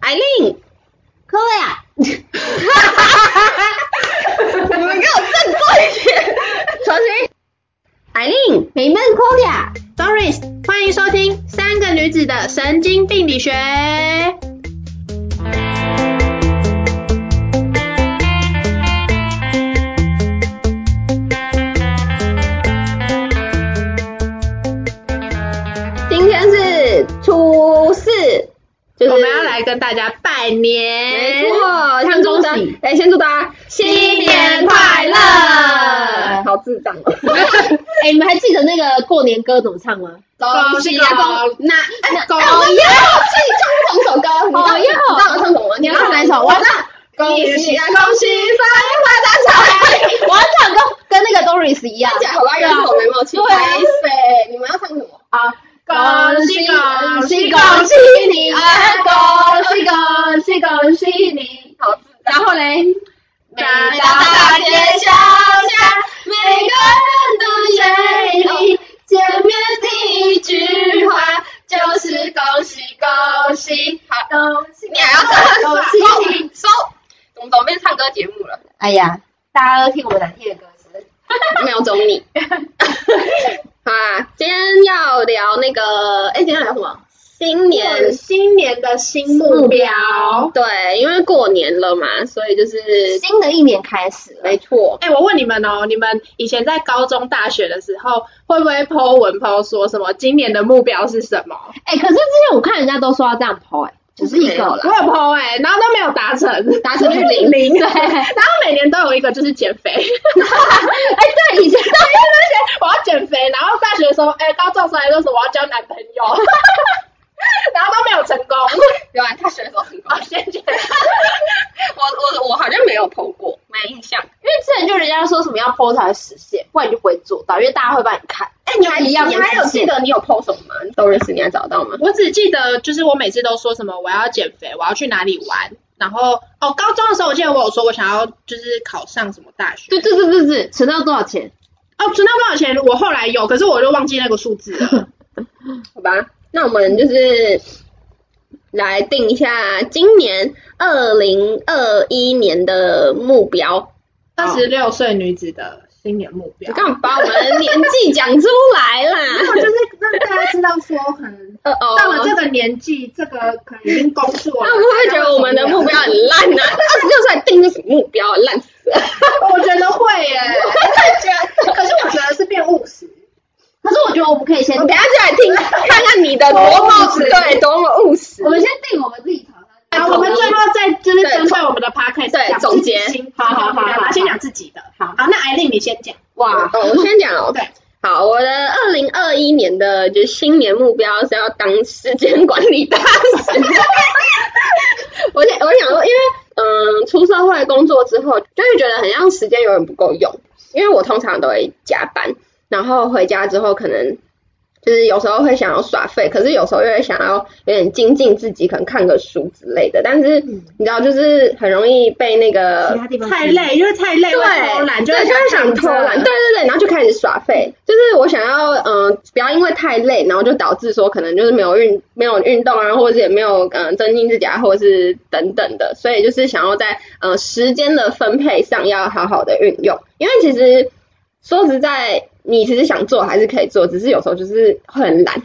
白令，各位啊， 你们给我振作一点，重新。白令，美梦啊空呀 Doris，欢迎收听《三个女子的神经病理学》。今天是初四，就是我们要来跟大家拜年，没错，唱先祝恭大喜，哎，先祝大家好智障哦！ 哎、你们还记得那个过年歌怎么唱吗？恭喜呀恭那那我要去唱两首歌，你知道我要你知道我要唱什么吗？你要唱哪一首我那恭喜呀恭喜发发大财！我要唱跟跟那个 Doris 一样看起来好吧，有一首眉毛起对啊拍谁？你们要唱什么？啊！恭喜恭喜恭喜你啊！恭喜恭喜恭喜你！好，然后嘞，每到大街小巷，每个人都眼里见面第一句话就是恭喜恭喜。好，恭喜你还要唱恭收喜你！收，怎么怎么变唱歌节目了？哎呀，大家都听我们哪天的歌声？ 没有懂你。好啊，今天要聊那个，哎，今天要聊什么？新年新年的新目标。对，因为过年了嘛，所以就是新的一年开始了没，错，哎、我问你们哦，你们以前在高中、大学的时候，会不会 Po 文 Po 说什么今年的目标是什么？哎、可是之前我看人家都说要这样抛，哎，就是一个我有了， Po 哎、然后都没有达成，达成率零零。对，然哎、后每年都有一个就是减肥，对，以前都我要减肥。然后大学的时候，哎、高中的时候还说什么我要交男朋友，然后都没有成功。原来大学的时候很高 我先觉我我我好像没有投过，没印象。因为之前就人家说什么要 PO 才会实现，不然你就不会做到，因为大家会帮你看。哎，你还一样你还有没实记现得你有 PO 什么吗？都认识你还找到吗？我只记得就是我每次都说什么我要减肥，我要去哪里玩，然后哦，高中的时候我记得我有说我想要就是考上什么大学，对对对对对，存到多少钱？哦，存到多少钱？我后来有，可是我就忘记那个数 字了。好吧，那我们就是来定一下今年二零二一年的目标。二十六岁女子的新年目标 你，哦干嘛把我们的年纪讲出来 啦？就是让大家知道说，可能呃哦，到了这个年纪，这个可能已经工作了。那我们会不会觉得我们的目标很烂啊 呢、二十六岁定这什么目标，烂死了！ 我觉得会 耶，可是我觉得是变务实。可是我觉得我们可 以先，我等一下就来听，看看你的多么务实对，多么务实。我们先定我们自己头上。然后我们最后再就是针对我们的 p o d c a s 对总结好好好，好好好先讲自己的。好好，那艾琳你先讲。哇，哦，我先讲 哦。对，好，我的二零二一年的就是新年目标是要当时间管理大师。 我想，我想说，因为嗯，出社会工作之后，就会觉得很像时间永远不够用，因为我通常都会加班，然后回家之后可能。就是有时候会想要耍废，可是有时候又会想要有点精进自己，可能看个书之类的。但是你知道，就是很容易被那个嗯他地太累，因为太累会偷懒，就对，会就会想偷懒，对对对，然后就开始耍废。就是我想要，嗯、不要因为太累，然后就导致说可能就是没有运没有运动啊，或者是也没有嗯、呃增进自己啊，或者是等等的。所以就是想要在呃时间的分配上要好好的运用，因为其实说实在，你其实想做还是可以做，只是有时候就是会很懒，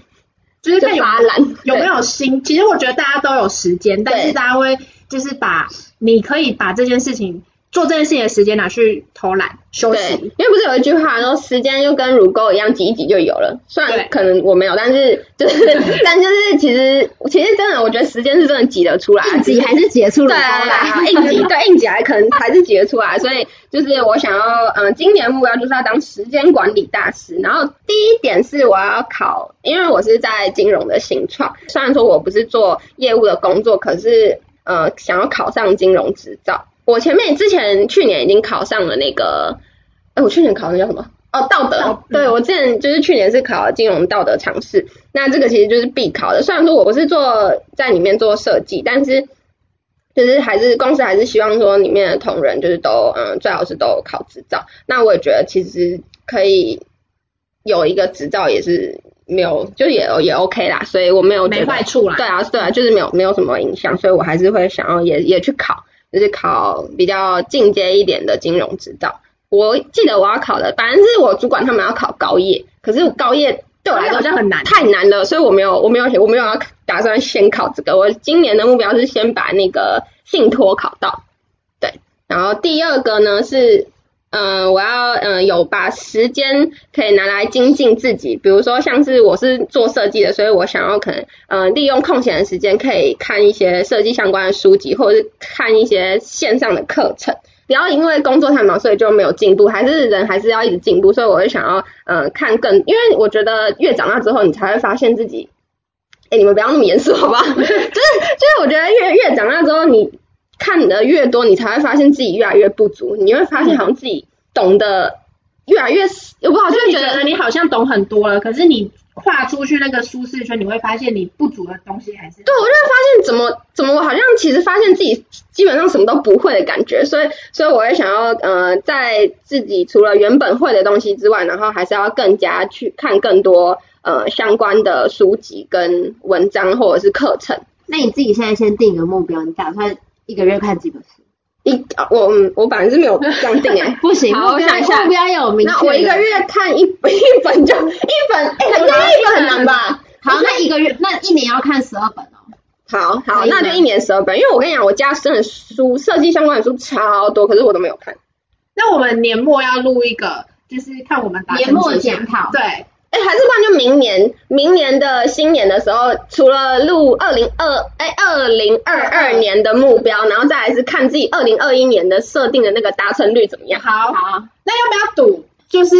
就是就看有发懒，有没对？有心？其实我觉得大家都有时间，但是对大家会就是把你可以把这件事情做这件事情的时间拿去偷懒休对，息。因为不是有一句话说时间就跟乳沟一样，挤一挤就有了。虽对然可能我没有，但是就是 但就是其实其实真的，我觉得时间是真的挤得出来，应急还是结束对了，好啊，啦应急对应急还可能还是挤得出来。所以就是我想要，嗯、今年目标就是要当时间管理大师。然后第一点是我要考，因为我是在金融的新创，虽然说我不是做业务的工作，可是呃想要考上金融执照。我前面之前去年已经考上了那个，哎，我去年考的叫什么？哦，道德。对我之前就是去年是考金融道德常识，那这个其实就是必考的。虽然说我不是做在里面做设计，但是就是还是公司还是希望说里面的同仁就是都嗯最好是都有考执照。那我也觉得其实可以有一个执照也是没有，就也也 OK 啦，所以我没有觉没得坏处啦。对啊，对啊，就是没有没有什么影响，所以我还是会想要也也去考，就是考比较进阶一点的金融执照。我记得我要考的，反正是我主管他们要考高业，可是我高业对我来说好像很难。太难了，所以我没有我没有我没有要打算先考这个。我今年的目标是先把那个信托考到，对。然后第二个呢是，嗯、我要嗯、呃有把时间可以拿来精进自己，比如说像是我是做设计的，所以我想要可能呃利用空闲的时间可以看一些设计相关的书籍，或者是看一些线上的课程。不要因为工作太忙，所以就没有进步，还是人还是要一直进步。所以我会想要，嗯、看更，因为我觉得越长大之后，你才会发现自己，哎、你们不要那么严肃，好不好？ 就是就是，我觉得越越长大之后，你看的越多，你才会发现自己越来越不足，你会发嗯现好像自己懂得越来越，我不好就就是你觉觉得得你好像懂很多了，可是你跨出去那个舒适圈，你会发现你不足的东西还是对，我就会发现怎么怎么，我好像其实发现自己基本上什么都不会的感觉，所以所以我也想要呃，在自己除了原本会的东西之外，然后还是要更加去看更多呃相关的书籍跟文章或者是课程。那你自己现在先定一个目标，你打算一个月看几本书？一啊我嗯我本来是没有 这样定哎、 不行，好目我标想一下目标有明确的。那我一个月看一一本就一本，哎、很难一本很难吧？ 好，那一个月那一年要看十二本哦。好好，可以吗那就一年十二本，因为我跟你讲，我家真的书设计相关的书超多，可是我都没有看。那我们年末要录一个，就是看我们达成年末绩检讨对，哎，还是不然就明年，明年的新年的时候，除了录二零二哎二零二二年的目标，然后再来是看自己二零二一年的设定的那个达成率怎么样。好，好，那要不要赌？ 就是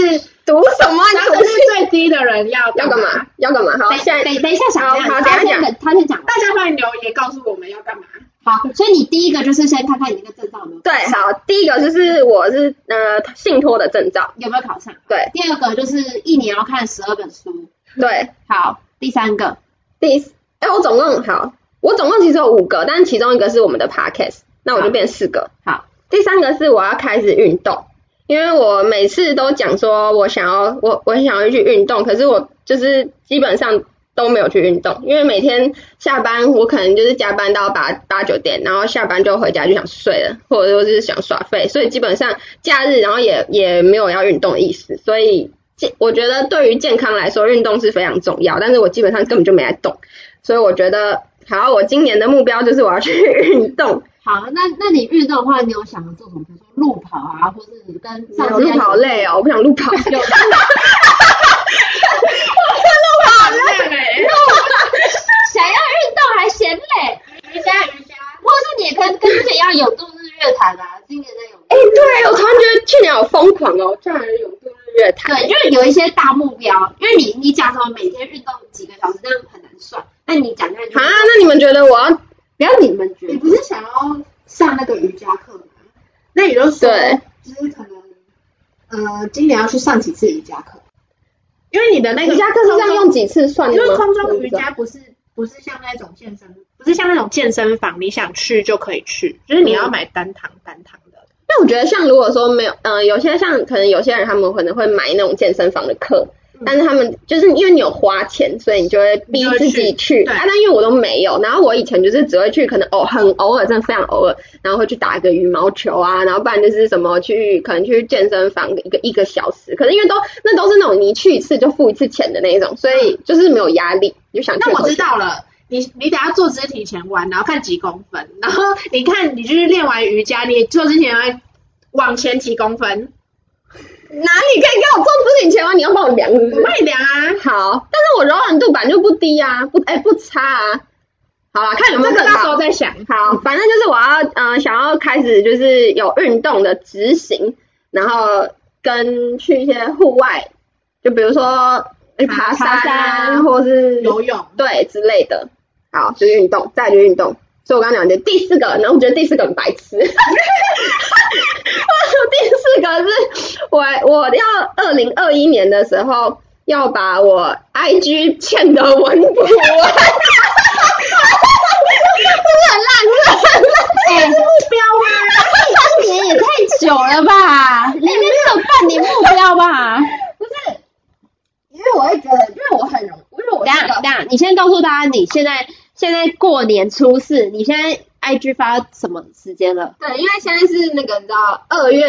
读什么？啊达成率最低的人要要干嘛？？要干嘛？好，等现在等等一下想一好下，好他等一下先等他先讲完。大家欢迎留言告诉我们要干嘛。好，所以你第一个就是先看看你那个证照有没有对，好，第一个就是我是呃信托的证照，有没有考上。对第二个就是一年要看十二本书。对，好，第三个第四哎我总共好，我总共其实有五个，但其中一个是我们的 podcast，那我就变四个。好，第三个是我要开始运动，因为我每次都讲说我想要我我想要去运动，可是我就是基本上都没有去运动，因为每天下班我可能就是加班到八八九点，然后下班就回家就想睡了，或者说是想耍废，所以基本上假日然后也也没有要运动的意思，所以健我觉得对于健康来说运动是非常重要，但是我基本上根本就没在动，所以我觉得好，我今年的目标就是我要去 运动。好，那那你运动的话，你有想做什么？比如说路跑啊，或是跟上我次路跑累哦，我不想路跑。有好累，想要运动还嫌累，瑜伽瑜伽。或是你也跟跟之前一样有度日月潭啊，今年的有哎、对，我突然觉得去年好疯狂哦，突然有度日月潭。对，就是有一些大目标，因为你你讲什么每天运动几个小时，这样很难算。那你讲那就啊，那你们觉得我要不要你们觉你得不是想要上那个瑜伽课吗？那你就说，对，就是可能，呃，今年要去上几次瑜伽课？因哎为你的那个瑜伽课是这样用几次算空的吗？中，因为空中瑜伽不是不是像那种健身，不是像那种健身房，你想去就可以去，就是你要买单堂单堂的。那我觉得，像如果说没有，嗯、有些像可能有些人他们可能会买那种健身房的课，嗯但是他们就是因为你有花钱，所以你就会逼自己去。对啊，但因为我都没有，然后我以前就是只会去，可能偶很偶尔，真的非常偶尔，然后会去打一个羽毛球啊，然后不然就是什么去可能去健身房一个一个小时，可是因为都那都是那种你去一次就付一次钱的那一种，所以就是没有压力，你就想去那我就去知道了。你你等下做肢体前弯，然后看几公分，然后你看你就是练完瑜伽，你做之前弯往前几公分，哪里可以给我做不是你钱吗？你要帮我量是不我是？帮你量啊。好，但是我柔软度本来就不低啊，不哎、不差啊。好啦，看有没有这更个到时候好。再想。好，反正就是我要嗯、呃想要开始就是有运动的执行，然后跟去一些户外，就比如说哎爬爬山啊，爬山或是游泳，对之类的。好，就是运动，再来就是运动。所以我刚刚讲的第四个，然后我觉得第四个很白痴。 我说第四个是我我要二零二一年的时候要把我 IG 欠的文补完。是不是很烂？是不是很烂？哎、目标啊，半年也太久了 吧？你明明有半年目标吧？不是，因为我会觉得，因为我很容便告诉大家，你现在现在过年初四，你现在 IG 发什么时间了？对，因为现在是那个你知道，二月，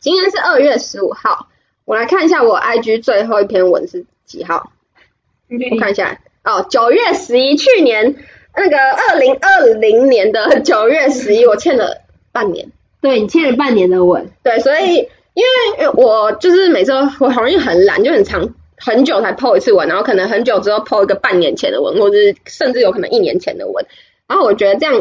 今天是二月十五号，我来看一下我 IG 最后一篇文是几号，我看一下，哦，九月十一，去年那个二零二零年的九月十一，我欠了半年，对你欠了半年的吻，对，所以因为我就是每次都我好像很懒，就很长。很久才 PO 一次文，然后可能很久之后 PO 一个半年前的文，或者是甚至有可能一年前的文。然后我觉得这样，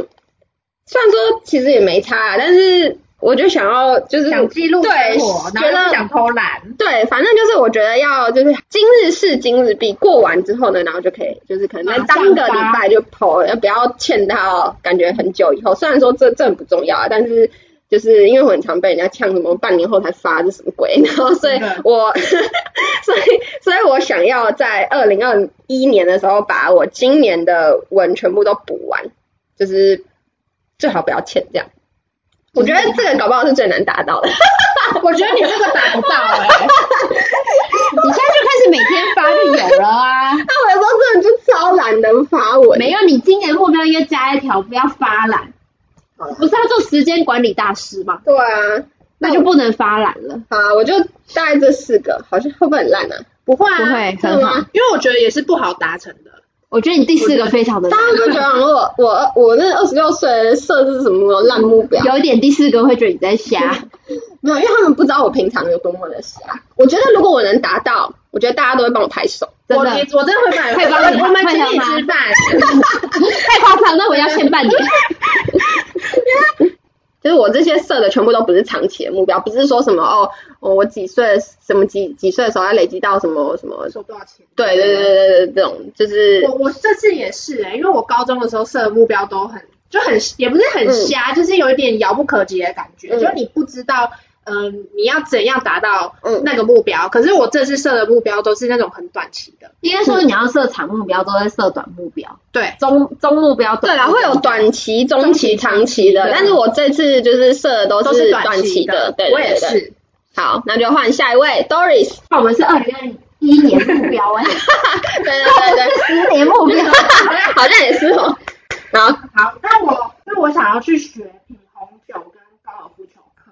虽然说其实也没差啊，但是我就想要就是想记录生对活，觉然后得又想偷懒，对，反正就是我觉得要就是今日事今日毕，过完之后呢，然后就可以就是可能在当个礼拜就剖了，不要欠到感觉很久以后。虽然说这这很不重要啊，但是就是因为我很常被人家呛什么半年后才发这什么鬼，然后所以真的我所以所以我想要在二零二一年的时候把我今年的文全部都补完，就是最好不要欠这样。我觉得这个搞不好是最难达到的。我觉得你这个达不到 哎、欸你现在就开始每天发就有了啊。那我有时候真的就超懒得发文，没有，你今年目标应该加一条，不要发懒。不是要做时间管理大师吗？对啊，那就不能发懒了。好啊，我就大概这四个，好像会不会很烂啊？不会啊，不会真的吗很好，因为我觉得也是不好达成的。我觉得你第四个非常的大难，家都觉得我我我那二十六岁设置什么烂目标？有一点第四个会觉得你在 瞎。没有，因为他们不知道我平常有多么的傻。我觉得如果我能达到，我觉得大家都会帮我拍手。真我的你我真的会买，快帮你我们快请帮你他吃饭。太夸张，那我要欠半年。 就是我这些设的全部都不是长期的目标，不是说什么哦，哦我几岁什么几几岁的时候要累积到什么什么，说多少钱？对对对对对，对这种就是我我这次也是哎、因为我高中的时候设的目标都很就很也不是很瞎，就是有一点遥不可及的感觉，嗯就你不知道。嗯，你要怎样达到嗯那个目标？可是我这次设的目标都是那种很短期的，应该说你要设长目标，都在设短目标，对，中中目标对啦，短目会标有短期、中期、长期的对，但是我这次就是设的都都是短短期的。对我也对对对。是，好，那就换下一位 Doris。啊我们是二零二一年目标 哎，对对对对， 十年目标。好像也是哦。然后好，那我那我想要去学品红酒跟高尔夫球课。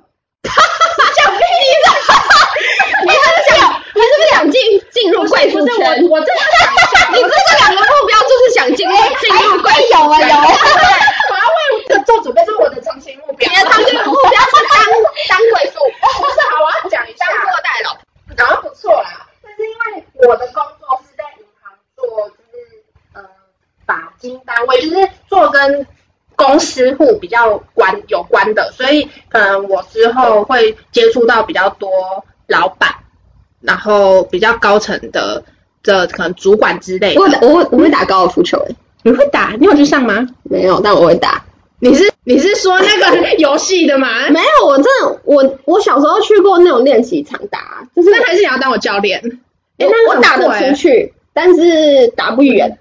你是不是想，你是不是想进进入贵不妇是圈？我，我真的想一下， 你这两个目标就是想进入进入贵妇有啊 有啊，我要为这做准备，这是我的长期目标。你的长期目 标是当哎当贵妇，不是 好，我要讲一下当，富二代老婆。然后不错啊啦，但是因为我的工作是在银行做，就是呃法金单位，就是做跟公司户比较关有关的，所以可能我之后会接触到比较多老板，然后比较高层的的可能主管之类的。我打我我会打高尔夫球诶，哎你会打？你有去上吗？没有，但我会打。你是你是说那个游戏的吗？没有，我真的我我小时候去过那种练习场打，就是那还是你要当我教练？诶那我很我打得酷诶出去，但是打不远。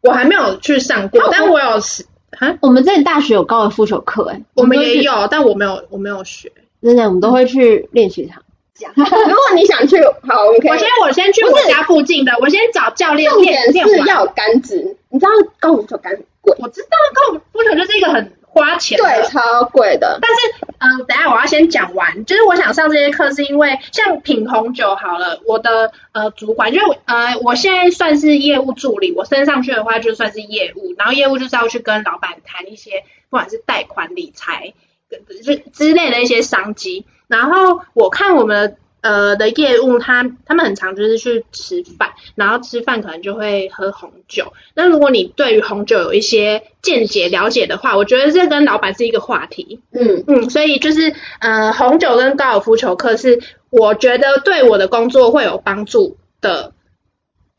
我还没有去上过啊，但哦我有是啊，我们这里大学有高尔夫球课哎，我们都会也去，有，但我没有，我没有学。真的我们都会去练习场。 如果你想去，好，我们可以。我先我先去不我是家附近的，我先找教练重练点练是完。要有杆子，你知道高尔夫球杆很贵，我知道高尔夫球就是一个很花钱的对，超贵的。但是，嗯，等一下我要先讲完，就是我想上这些课，是因为像品红酒好了，我的呃主管，因为我呃我现在算是业务助理，我升上去的话就算是业务，然后业务就是要去跟老板谈一些不管是贷款理财，就之类的一些商机。然后我看我们呃的业务，他他们很常就是去吃饭，然后吃饭可能就会喝红酒。那如果你对于红酒有一些见解了解的话，我觉得这跟老板是一个话题。嗯，嗯，所以就是呃，红酒跟高尔夫球课是我觉得对我的工作会有帮助的、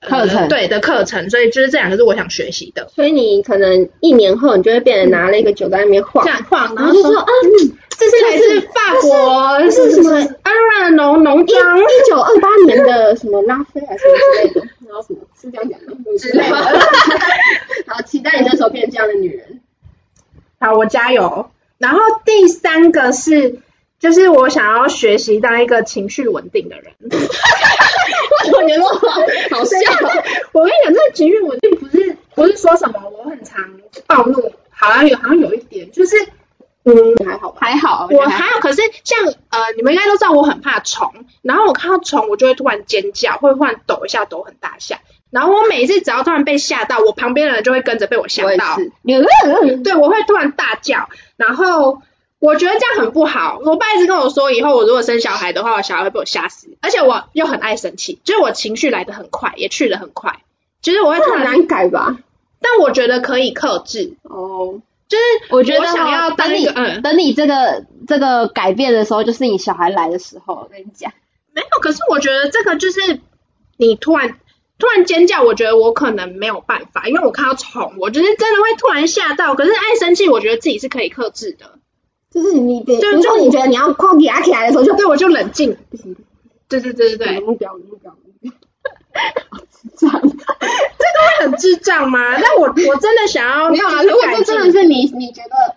呃课程对的课程，所以就是这两个是我想学习的。所以你可能一年后，你就会变得拿了一个酒在那边晃这，样晃，然然后后就就说说啊，嗯这是来自法国，这是什么阿拉农农一庄一九二八年的什么拉菲还啊是什么之类 的，然后什么是这样讲的之类的。 好，期待你那时候变这样的女 人。好，我加油。然后第三个是，就是我想要学习当一个情绪稳定的人。 为什么你那么好笑？我跟你讲，这个情绪稳定不是不是说什么我很常暴怒，好像有好像有一点，就是嗯还好吧？还哦好，我觉得还有，可是像呃，你们应该都知道我很怕虫，然后我看到虫，我就会突然尖叫，会突然抖一下，抖很大下。然后我每一次只要突然被吓到，我旁边的人就会跟着被我吓我也到，是， 对，我会突然大叫，然后我觉得这样很不好。我爸一直跟我说，以后我如果生小孩的话，我小孩会被我吓死，而且我又很爱生气，就是我情绪来得很快，也去得很快，就是我会突很然，难改吧？但我觉得可以克制，哦，就是我觉得我想要哦等当一你个嗯等你这个这个改变的时候，就是你小孩来的时候，我跟你讲，没有，可是我觉得这个就是你突然突然尖叫，我觉得我可能没有办法，因为我看到虫，我就是真的会突然吓到。可是爱生气，我觉得自己是可以克制的，就是你得，对如就果你觉得你要框压起来的时候，就对我就冷静。不行，对对对对你的对，目标，你的目标，你的目标好智障会很智障吗？但我我真的想要没有啊，就是如果改说进真的是 你，你觉得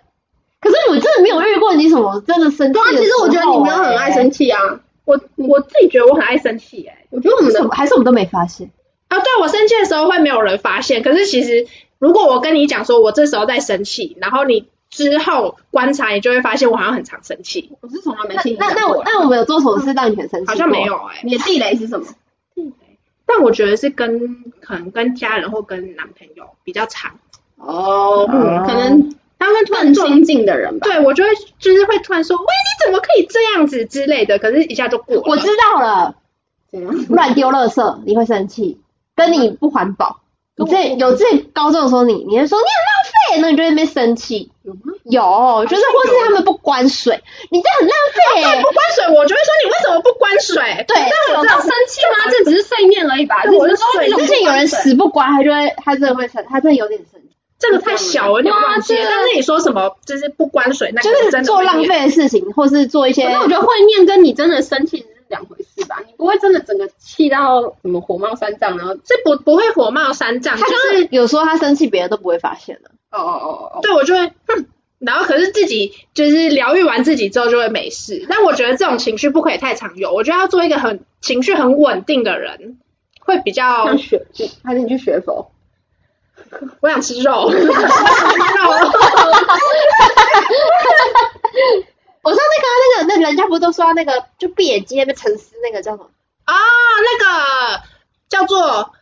可是我真的没有遇过你什么真的生气对啊，的时候、其实我觉得你没有很爱生气，气啊。我我自己觉得我很爱生气哎、我觉得我们什的么还是我们都没发现。啊，对我生气的时候会没有人发现，可是其实如果我跟你讲说我这时候在生气，然后你之后观察，你就会发现我好像很常生气，我是从来没那听你那讲那过我那我们有做什么事让你很生气？好像没。有哎、你的地雷是什么？但我觉得是跟可能跟家人或跟男朋友比较长，哦，嗯可能他们突然更做，亲近的人吧。对我就会就是会突然说，喂，你怎么可以这样子之类的，可是一下就过了。我知道了，怎样？乱丢垃圾你会生气，跟你不环保。你这有这高中的时候你，你会说你很浪费，那你就会被生气。有吗？有，就是或是他们不关水，你这很浪费不。关水，我就会说你为什么哦不关水？对，那有到生气吗？这只是碎念而已吧。对这我只就是碎说念之前有人死不关，他就会，他真的会生，他真的有点生气，这个太小，我有点忘记了。哇这个但是你说什么就是不关水，那个就真是的做会浪念。费的事情，或是做一些可是我觉得会念跟你真的生气是两回事吧。你不会真的整个气到什么火冒三丈，然后是不不会火冒三丈，他就就是是有时候他生气，别人都不会发现啊的。哦哦哦哦，对我就会哼，然后可是自己就是疗愈完自己之后就会没事。但我觉得这种情绪不可以太常有，我觉得要做一个很情绪很稳定的人，会比较哦像学，还是你去学佛？我想 吃肉，我想吃肉我说那个那个那人家不都说那个就闭眼睛那边沉思那个叫什么？哦啊，那个叫做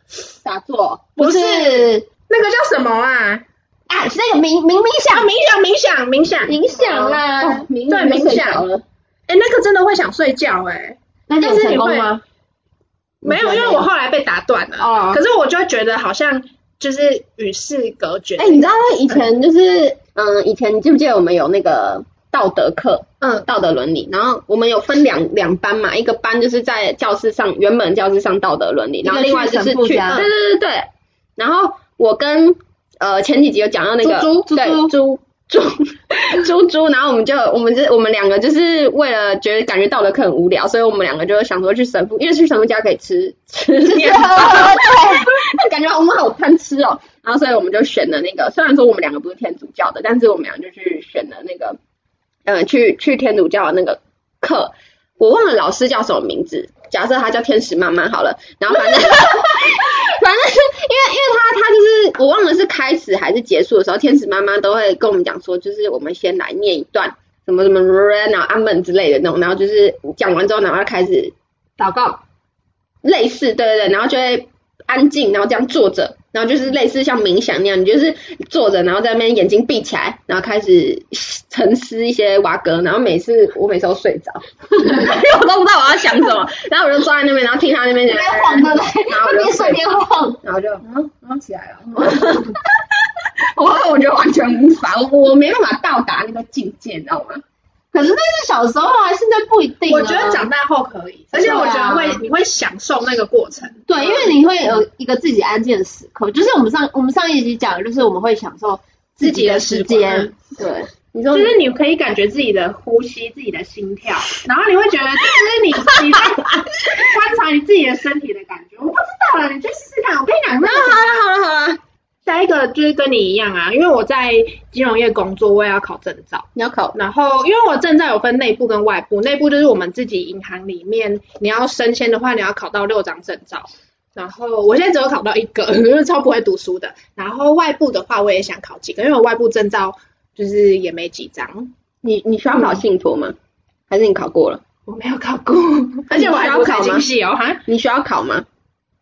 打坐？不不是是那个叫什么啊？啊，是那个冥冥冥啊，想冥想冥想冥想，冥想啦哦，明对明冥睡想着了。哎、那个真的会想睡觉哎、那你有但是成你功会吗？没有，因为我后来被打断了。哦可是我就会觉得好像就是与世隔绝。哎、你知道以前就是，嗯，以前你记不记得我们有那个道德课，嗯，道德伦理，然后我们有分两两班嘛，一个班就是在教室上原本教室上道德伦理，然后另外就是神父去，家对对对对，然后我跟呃前几集有讲到那个猪猪对猪猪 猪猪猪，然后我们就我们这我们两个就是为了觉得感觉道德课很无聊，所以我们两个就想说去神父，因为去神父家可以吃 吃面包。 感觉我们好贪吃哦。然后所以我们就选了那个，虽然说我们两个不是天主教的，但是我们俩就去选了那个，呃，去去天主教的那个课。我忘了老师叫什么名字，假设他叫天使妈妈好了。然后反正 反正是因为因为他他就是我忘了是开始还是结束的时候，天使妈妈都会跟我们讲说，就是我们先来念一段什么什么，然后阿门之类的那种，然后就是讲完之后，然后要开始祷告，类似，对对对，然后就会安静，然后这样坐着，然后就是类似像冥想那样，你就是坐着，然后在那边眼睛闭起来，然后开始沉思一些蛙哥，然后每次我每次都睡着，因为我都不知道我要想什么，然后我就坐在那边，然后听他那边讲，边晃的嘞，然后我就边睡睡，边晃。然后就嗯嗯起来了。我 我觉得完全无法，我我没办法到达那个境界，你知道吗？可是那是小时候啊，现在不一定啊。我觉得长大后可啊以，而且我觉得会、你会享受那个过程。对，因为你会有一个自己安静的时刻，就是我们上我们上一集讲的，就是我们会享受自己的时自己的时间光，对，你就说是你可以感觉自己的呼吸、自己的心跳，然后你会觉得，就是你你在观察你自己的身体的感觉。我不知道啊了，你去试试看。我跟你讲，那好了好了好了，下一个就是跟你一样啊，因为我在金融业工作，我也要考证照。你要考然后，因为我证照有分内部跟外部，内部就是我们自己银行里面，你要升迁的话，你要考到六张证照。然后我现在只有考到一个， 因为超不会读书的。然后外部的话，我也想考几个，因为我外部证照就是也没几张，你你需要考信托吗？还是你考过了？我没有考 过，而且我还你需要不太考吗精细哦，哈。你需要考吗？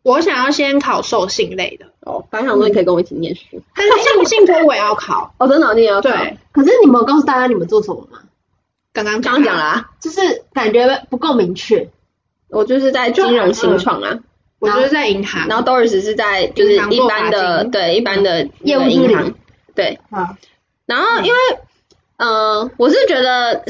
我想要先考授信类 的，哦，反正想说你可以跟我一起念书。但是信信托我也要考。嗯哦，真的哦，你也要考？ 对，可是你们有告诉大家你们做什么吗？刚刚刚刚讲了，啊，就是感觉不够明确。我就是在金融新创啊，我就是在银行，然后 Doris 是在就是银行一做般法的金对一般的业务那个助理银行，对，啊，然后因为，嗯，我是觉得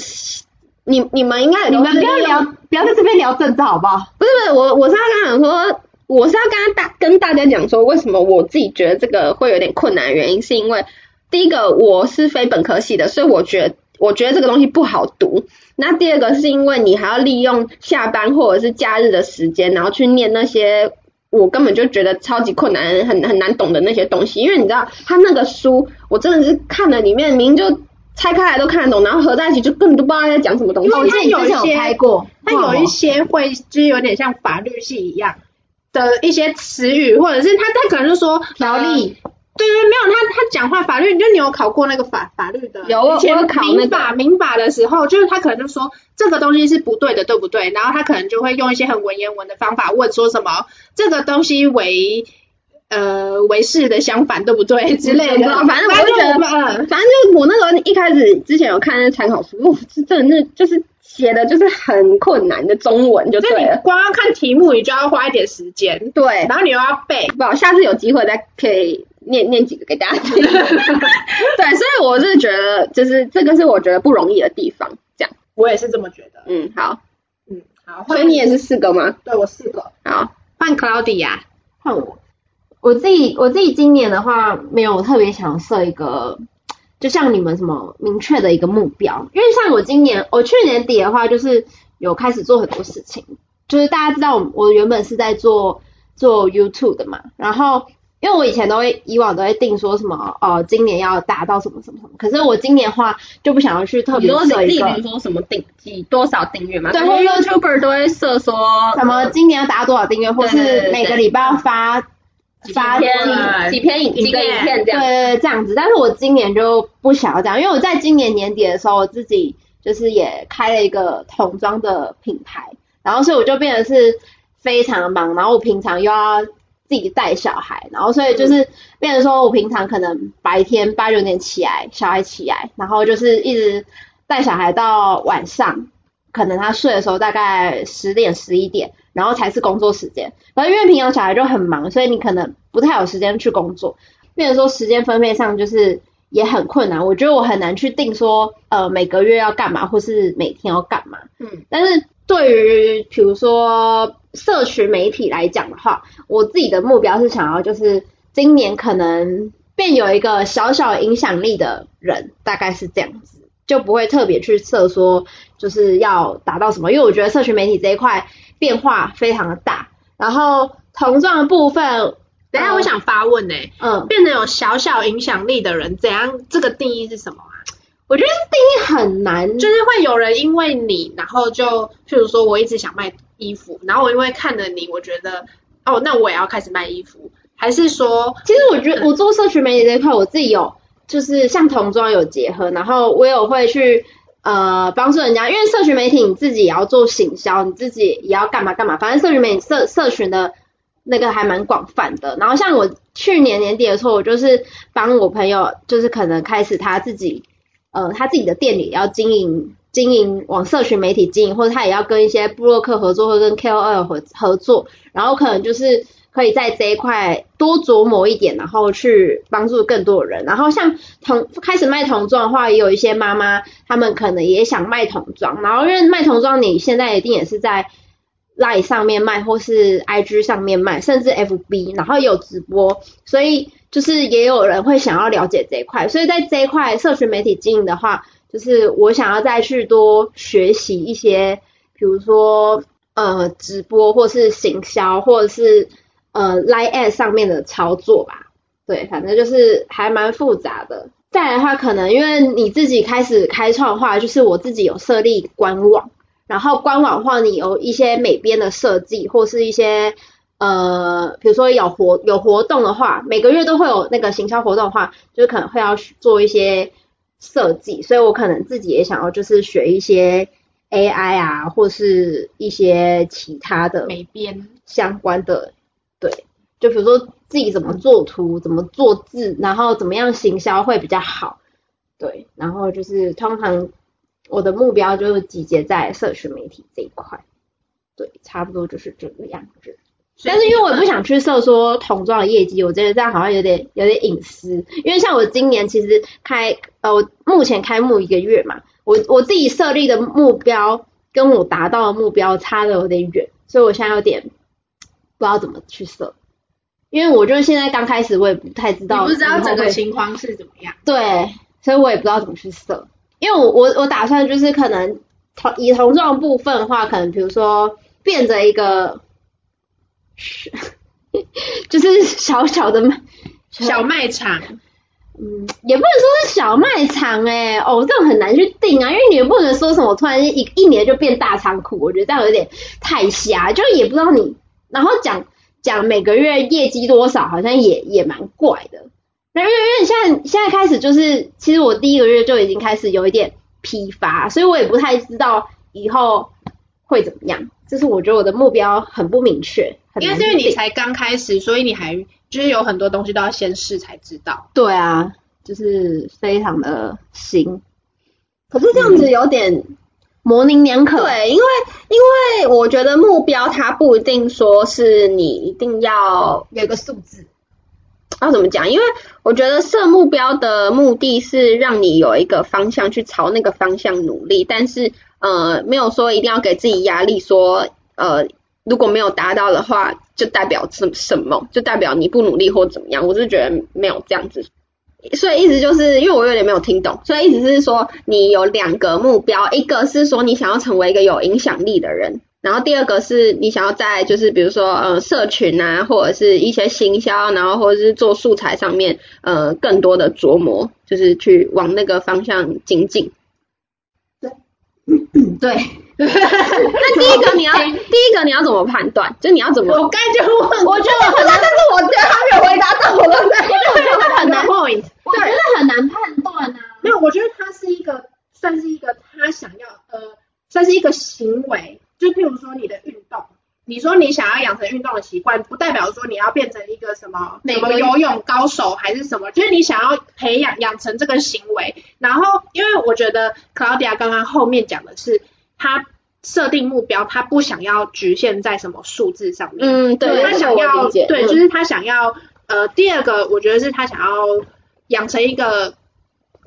你你们应该也你都们是不要聊，不要在这边聊证照好不好？不是不是，我我是要跟他讲说，我是要跟他大跟大家讲说，为什么我自己觉得这个会有点困难，原因是因为第一个我是非本科系的，所以我觉得呃我觉得这个东西不好读。那第二个是因为你还要利用下班或者是假日的时间，然后去念那些我根本就觉得超级困难、很很难懂的那些东西，因为你知道他那个书，我真的是看了里面明明就拆开来都看得懂，然后合在一起就根本都不知道在讲什么东西。哦，我记得你之前有拍过，它有一些会就是有点像法律系一样的一些词语，或者是他他可能就说条呃例，对对，没有他他讲话法律，就你有考过那个法法律的？有我以前我有考那个民法民法的时候，就是他可能就说这个东西是不对的，对不对？然后他可能就会用一些很文言文的方法问说什么这个东西为呃为是的相反，对不对之类的。嗯反正我就觉得反正我嗯，反正就是我那时候一开始之前有看那参考书，我是真的是就是写的就是很困难的中文就就对你了。光要看题目，你就要花一点时间，对，然后你又要背。不好，下次有机会再可以念念几个给大 家听。对，所以我是觉得就是这个是我觉得不容易的地方。这样，我也是这么觉得。嗯，好，嗯，好，所以你也是四个吗？对我四个好，换 Claudia，换我，我自己我自己今年的话，没有特别想设一个，就像你们什么明确的一个目标，因为像我今年，我去年底的话，就是有开始做很多事情，就是大家知道我我原本是在做做 YouTube 的嘛，然后。因为我以前都会，以往都会定说什么，呃，今年要达到什么什么什么。可是我今年的话就不想要去特你别说设一例个，如说什么订几多少订阅嘛？对因为 YouTuber 都会设说什么今年要达到多少订阅，或对对对是对每个礼拜要发发几啊篇几篇影影几个影片片这样。对对，这样子。但是我今年就不想要这样，因为我在今年年底的时候，我自己就是也开了一个童装的品牌，然后所以我就变得是非常忙，然后我平常又要自己带小孩，然后所以就是变成说我平常可能白天八九点起来，小孩起来，然后就是一直带小孩到晚上，可能他睡的时候大概十点十一点，然后才是工作时间。然后因为平常小孩就很忙，所以你可能不太有时间去工作，变成说时间分配上就是也很困难。我觉得我很难去定说，呃，每个月要干嘛，或是每天要干嘛。嗯，但是对于比如说社群媒体来讲的话，我自己的目标是想要就是今年可能便有一个小小影响力的人，大概是这样子，就不会特别去设说就是要达到什么，因为我觉得社群媒体这一块变化非常的大。然后童装的部分，呃等一下我想发问呢、嗯，变得有小小影响力的人，怎样？这个定义是什么啊？我觉得定义很难，就是会有人因为你，然后就，譬如说我一直想卖衣服，然后我因为看了你，我觉得，哦，那我也要开始卖衣服，还是说，其实我觉得我做社群媒体这一块，我自己有就是像童装有结合，然后我有会去呃帮助人家，因为社群媒体你自己也要做行销，你自己也要干嘛干嘛，反正社群媒体社社群的那个还蛮广泛的。然后像我去年年底的时候，我就是帮我朋友，就是可能开始他自己呃他自己的店里要经营。经营往社群媒体经营，或者他也要跟一些布洛克合作，或者跟 KOL 合合作，然后可能就是可以在这一块多琢磨一点，然后去帮助更多的人。然后像童开始卖童装的话，也有一些妈妈她们可能也想卖童装，然后因为卖童装，你现在一定也是在 Line 上面卖，或是 IG 上面卖，甚至 FB，然后也有直播，所以就是也有人会想要了解这一块。所以在这一块社群媒体经营的话，就是我想要再去多学习一些，比如说呃直播或是行销或者是呃 Line Ad 上面的操作吧。对，反正就是还蛮复杂的。再来的话，可能因为你自己开始开创的话，就是我自己有设立官网，然后官网的话，你有一些美编的设计或是一些呃，比如说有活有活动的话，每个月都会有那个行销活动的话，就是可能会要做一些设计，所以我可能自己也想要就是学一些 AI 啊，或是一些其他的没编，相关的，对，就比如说自己怎么做图、怎么做字，然后怎么样行销会比较好，对，然后就是通常我的目标就是集结在社群媒体这一块，对，差不多就是这个样子。但是因为我也不想去设说童装的业绩，我觉得这样好像有点有点隐私。因为像我今年其实开呃，我目前开幕一个月嘛，我我自己设立的目标跟我达到的目标差的有点远，所以我现在有点不知道怎么去设。因为我就是现在刚开始，我也不太知你道，不知道整个情况是怎么样。对，所以我也不知道怎么去设，因为我我我打算就是可能同以同这种部分的话，可能比如说变着一个， 就是小小的卖，小卖场，嗯，也不能说是小卖场哎、哦，这种很难去定啊，因为你也不能说什么突然一一年就变大仓库，我觉得这样有点太瞎，就也不知道你，然后讲讲每个月业绩多少，好像也也蛮怪的。那因为因为现在现在开始就是，其实我第一个月就已经开始有一点批发，所以我也不太知道以后会怎么样。就是我觉得我的目标很不明确，很因为难是因为你定才刚开始，所以你还就是有很多东西都要先试才知道。对啊，就是非常的新。可是这样子有点、模棱两可，对，因为因为我觉得目标它不一定说是你一定要有一个数字，要怎么讲，因为我觉得设目标的目的是让你有一个方向去朝那个方向努力，但是呃没有说一定要给自己压力说，呃如果没有达到的话，就代表什什么，就代表你不努力或怎么样。我是觉得没有这样子。所以意思就是，因为我有点没有听懂，所以意思是说，你有两个目标，一个是说你想要成为一个有影响力的人，然后第二个是你想要在就是比如说呃社群啊，或者是一些行销，啊然后或者是做素材上面呃更多的琢磨，就是去往那个方向精进。对，那第一个你要第一个你要怎么判断？就你要怎么？我刚才就 问过，我觉得很难，但是我觉得他没有回答到我的，因为我觉得很难 point。我觉得很难判断啊。没有，我觉得它是一个，算是一个他想要，呃，算是一个行为。就譬如说你的运动，你说你想要养成运动的习惯，不代表说你要变成一个什么美什国么游泳高手还是什么，就是你想要培养养成这个行为。然后，因为我觉得 Claudia 刚刚后面讲的是，他设定目标，他不想要局限在什么数字上面，嗯，对，他这个想我要理解对，嗯就是他想要呃，第二个我觉得是他想要养成一个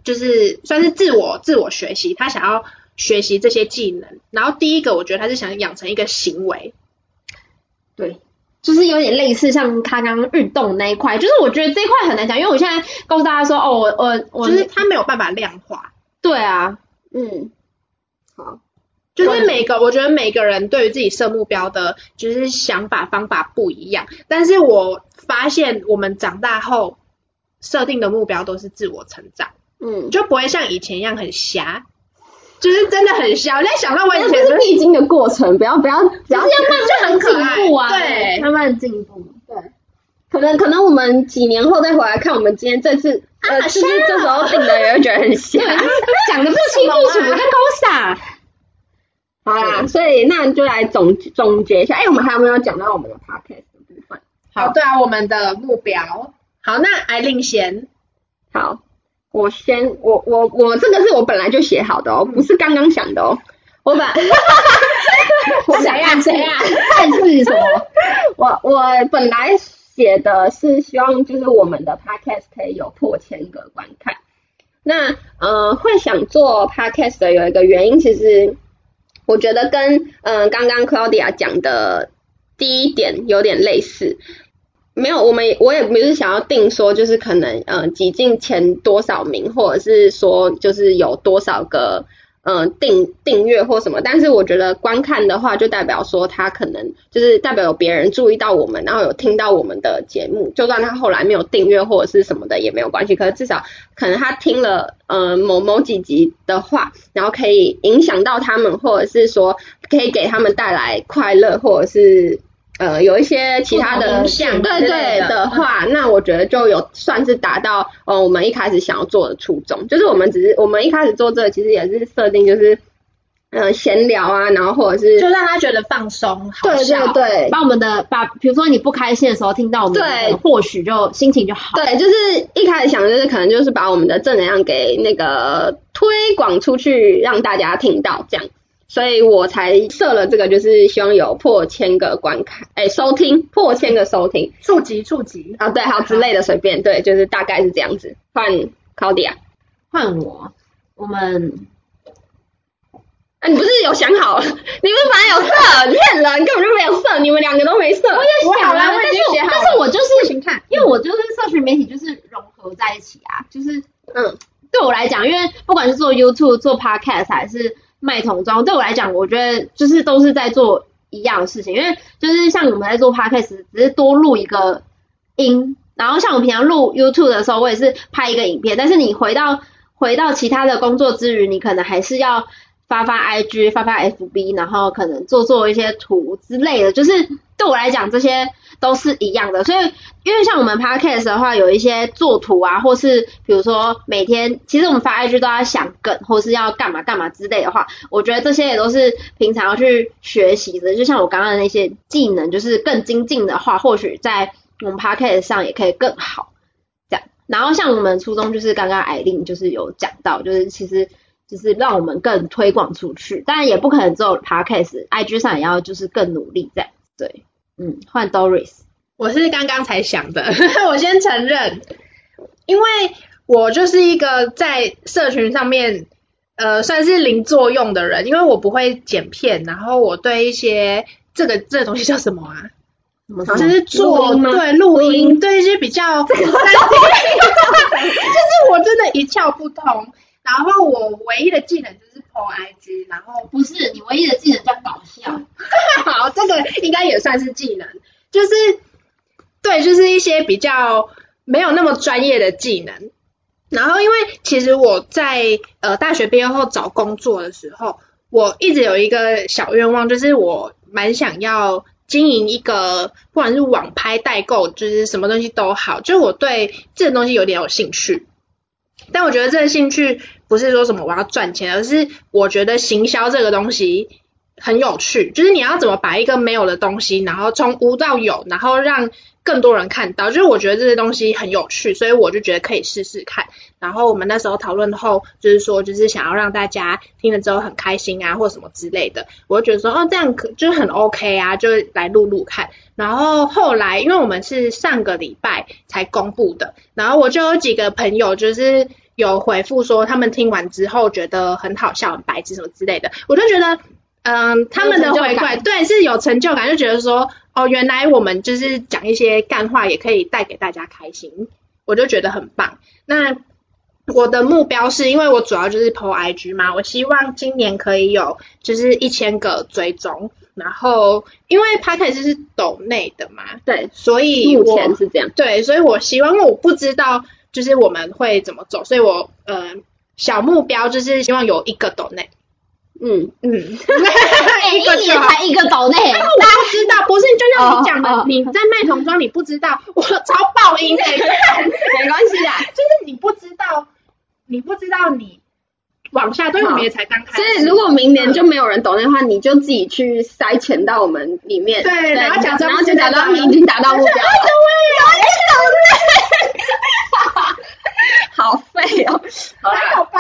就是算是自我自我学习，他想要学习这些技能。然后第一个我觉得他是想养成一个行为，就是有点类似像他刚刚运动那一块，就是我觉得这一块很难讲，因为我现在告诉大家说，哦，我我我，就是他没有办法量化。对啊，嗯，好，就是每个，我觉得每个人对于自己设目标的，就是想法方法不一样。但是我发现我们长大后设定的目标都是自我成长。嗯，就不会像以前一样很瞎，就是真的很瞎。我在想到我以这前是的必经的过程，不要不要不要慢慢可爱进步啊，对慢慢进步，可能可能我们几年后再回来看，我们今天这次啊呃，就是这时哦候定的，也会觉得很像 对，。就是讲的不清不楚，跟狗傻，好啦，所以那就来总总结一下，哎，我们还有没有讲到我们的 podcast 的部分？好对啊，我们的目标。好，那艾令先，好，我先我我我这个是我本来就写好的哦，不是刚刚想的哦。我 本我本谁呀谁啊呀，暗示什么？我我本来写的是希望就是我们的 podcast 可以有破千个观看。那呃，会想做 podcast 的有一个原因，其实我觉得跟嗯、呃刚刚 Claudia 讲的第一点有点类似。没有，我们也我也不是想要定说，就是可能嗯、呃挤进前多少名，或者是说就是有多少个嗯，订订阅或什么，但是我觉得观看的话，就代表说他可能就是代表有别人注意到我们，然后有听到我们的节目，就算他后来没有订阅或者是什么的也没有关系，可是至少可能他听了呃某某几集的话，然后可以影响到他们，或者是说可以给他们带来快乐，或者是呃有一些其他不同的影响对之类对的的话，那我觉得就有算是达到呃我们一开始想要做的初衷，就是我们只是我们一开始做这个其实也是设定就是嗯、呃闲聊啊，然后或者是就让他觉得放松，好对笑对对把我们的把，比如说你不开心的时候听到我们的对那个，或许就心情就好。对，就是一开始想的就是可能就是把我们的正能量给那个推广出去，让大家听到这样，所以我才设了这个，就是希望有破千个观看，哎，收听破千个收听触及触及。啊，对，好之类的，随便对，就是大概是这样子。换 Claudia，换我，我们啊，你不是有想好？ 你不是本来有设？骗人，根本就没有设，你们两个都没设。我好了，我已但经是我写好了。但是我就是请看，因为我就是社群媒体就是融合在一起啊，就是嗯，对我来讲，因为不管是做 YouTube、做 Podcast 还是卖童装，对我来讲，我觉得就是都是在做一样的事情。因为就是像我们在做 Podcast，只是多录一个音，然后像我平常录 YouTube 的时候，我也是拍一个影片，但是你回到回到其他的工作之余，你可能还是要发发 IG、发发 FB，然后可能做做一些图之类的。就是对我来讲，这些都是一样的，所以因为像我们 podcast 的话，有一些做图啊，或是比如说每天，其实我们发 IG 都要想梗，或是要干嘛干嘛之类的话，我觉得这些也都是平常要去学习的。就像我刚刚的那些技能，就是更精进的话，或许在我们 podcast 上也可以更好。这样，然后像我们初中就是刚刚艾琳就是有讲到，就是其实。就是让我们更推广出去，当然也不可能只有 podcast，IG 上也要就是更努力这样。对，嗯，换 Doris。我是刚刚才想的，我先承认，因为我就是一个在社群上面呃算是零作用的人，因为我不会剪片，然后我对一些这个这个东西叫什么啊？什么就是做录音吗对录音，对一些比较就是 我真的一窍不通。然后我唯一的技能就是 PO IG，然后不是你唯一的技能叫搞笑， 好，这个应该也算是技能，就是对，就是一些比较没有那么专业的技能。然后，因为其实我在呃大学毕业后找工作的时候，我一直有一个小愿望，就是我蛮想要经营一个，不管是网拍代购，就是什么东西都好，就是我对这个东西有点有兴趣。但我觉得这个兴趣不是说什么我要赚钱，而是我觉得行销这个东西很有趣，就是你要怎么把一个没有的东西，然后从无到有，然后让更多人看到。就是我觉得这些东西很有趣，所以我就觉得可以试试看。然后我们那时候讨论后，就是说，就是想要让大家听了之后很开心啊，或什么之类的。我就觉得说，哦，这样可就是很 OK 啊，就来录录看。然后后来，因为我们是上个礼拜才公布的，然后我就有几个朋友就是有回复说，他们听完之后觉得很好笑、很白痴什么之类的，我就觉得。嗯，他们的有成就回感馈对是有成就感，就觉得说哦，原来我们就是讲一些干话也可以带给大家开心，我就觉得很棒。那我的目标是因为我主要就是 PO IG 嘛，我希望今年可以有就是一千个追踪，然后因为 p a c k e t 是抖内的嘛，对，所以目我前是这样。对，所以我希望，因为我不知道就是我们会怎么走，所以我呃小目标就是希望有一个抖内，嗯， 嗯， 哎，一一年才一个岛内，我不知道，不是就像你讲的哦哦你在卖童装你不知道，我超爆 音的、 没关系啦。 就是你不知道，你不知道你往下，对，我们也才刚开所始。以如果明年就没有人懂的话，你就自己去塞钱到我们里面，对然后假装然后就自己假达装到你已经达到目标了。 好废哦！好啦，还好吧，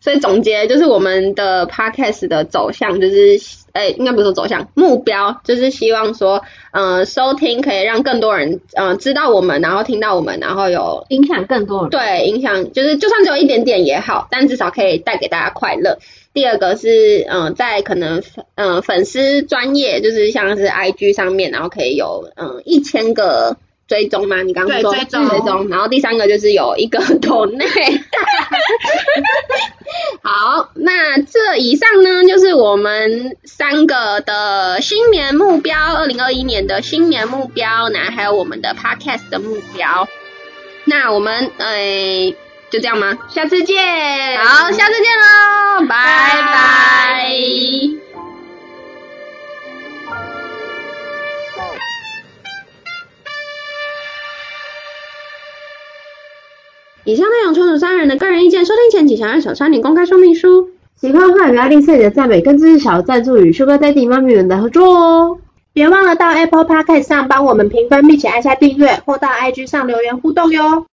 所以总结就是我们的 podcast 的走向就是，哎，应该不是说走向，目标就是希望说，嗯、收听可以让更多人，嗯、知道我们，然后听到我们，然后有影响更多人。对，影响就是就算只有一点点也好，但至少可以带给大家快乐。第二个是，嗯、在可能嗯、呃粉丝专业，就是像是 IG 上面，然后可以有嗯一千个追踪吗？你刚刚对说追踪追踪，然后第三个就是有一个 抖内。好，那这以上呢，就是我们三个的新年目标，二零二一年的新年目标，那还有我们的 podcast 的目标。那我们诶、呃就这样吗？下次见。好，下次见喽，拜拜。人的个人意见。收听前请详阅小山林公开说明书。喜欢的话不要吝啬你的赞美，跟支持小赞助与 Sugar Daddy 妈咪们的合作哦。别忘了到 Apple Podcast 上帮我们评分，并且按下订阅，或到 IG 上留言互动哟。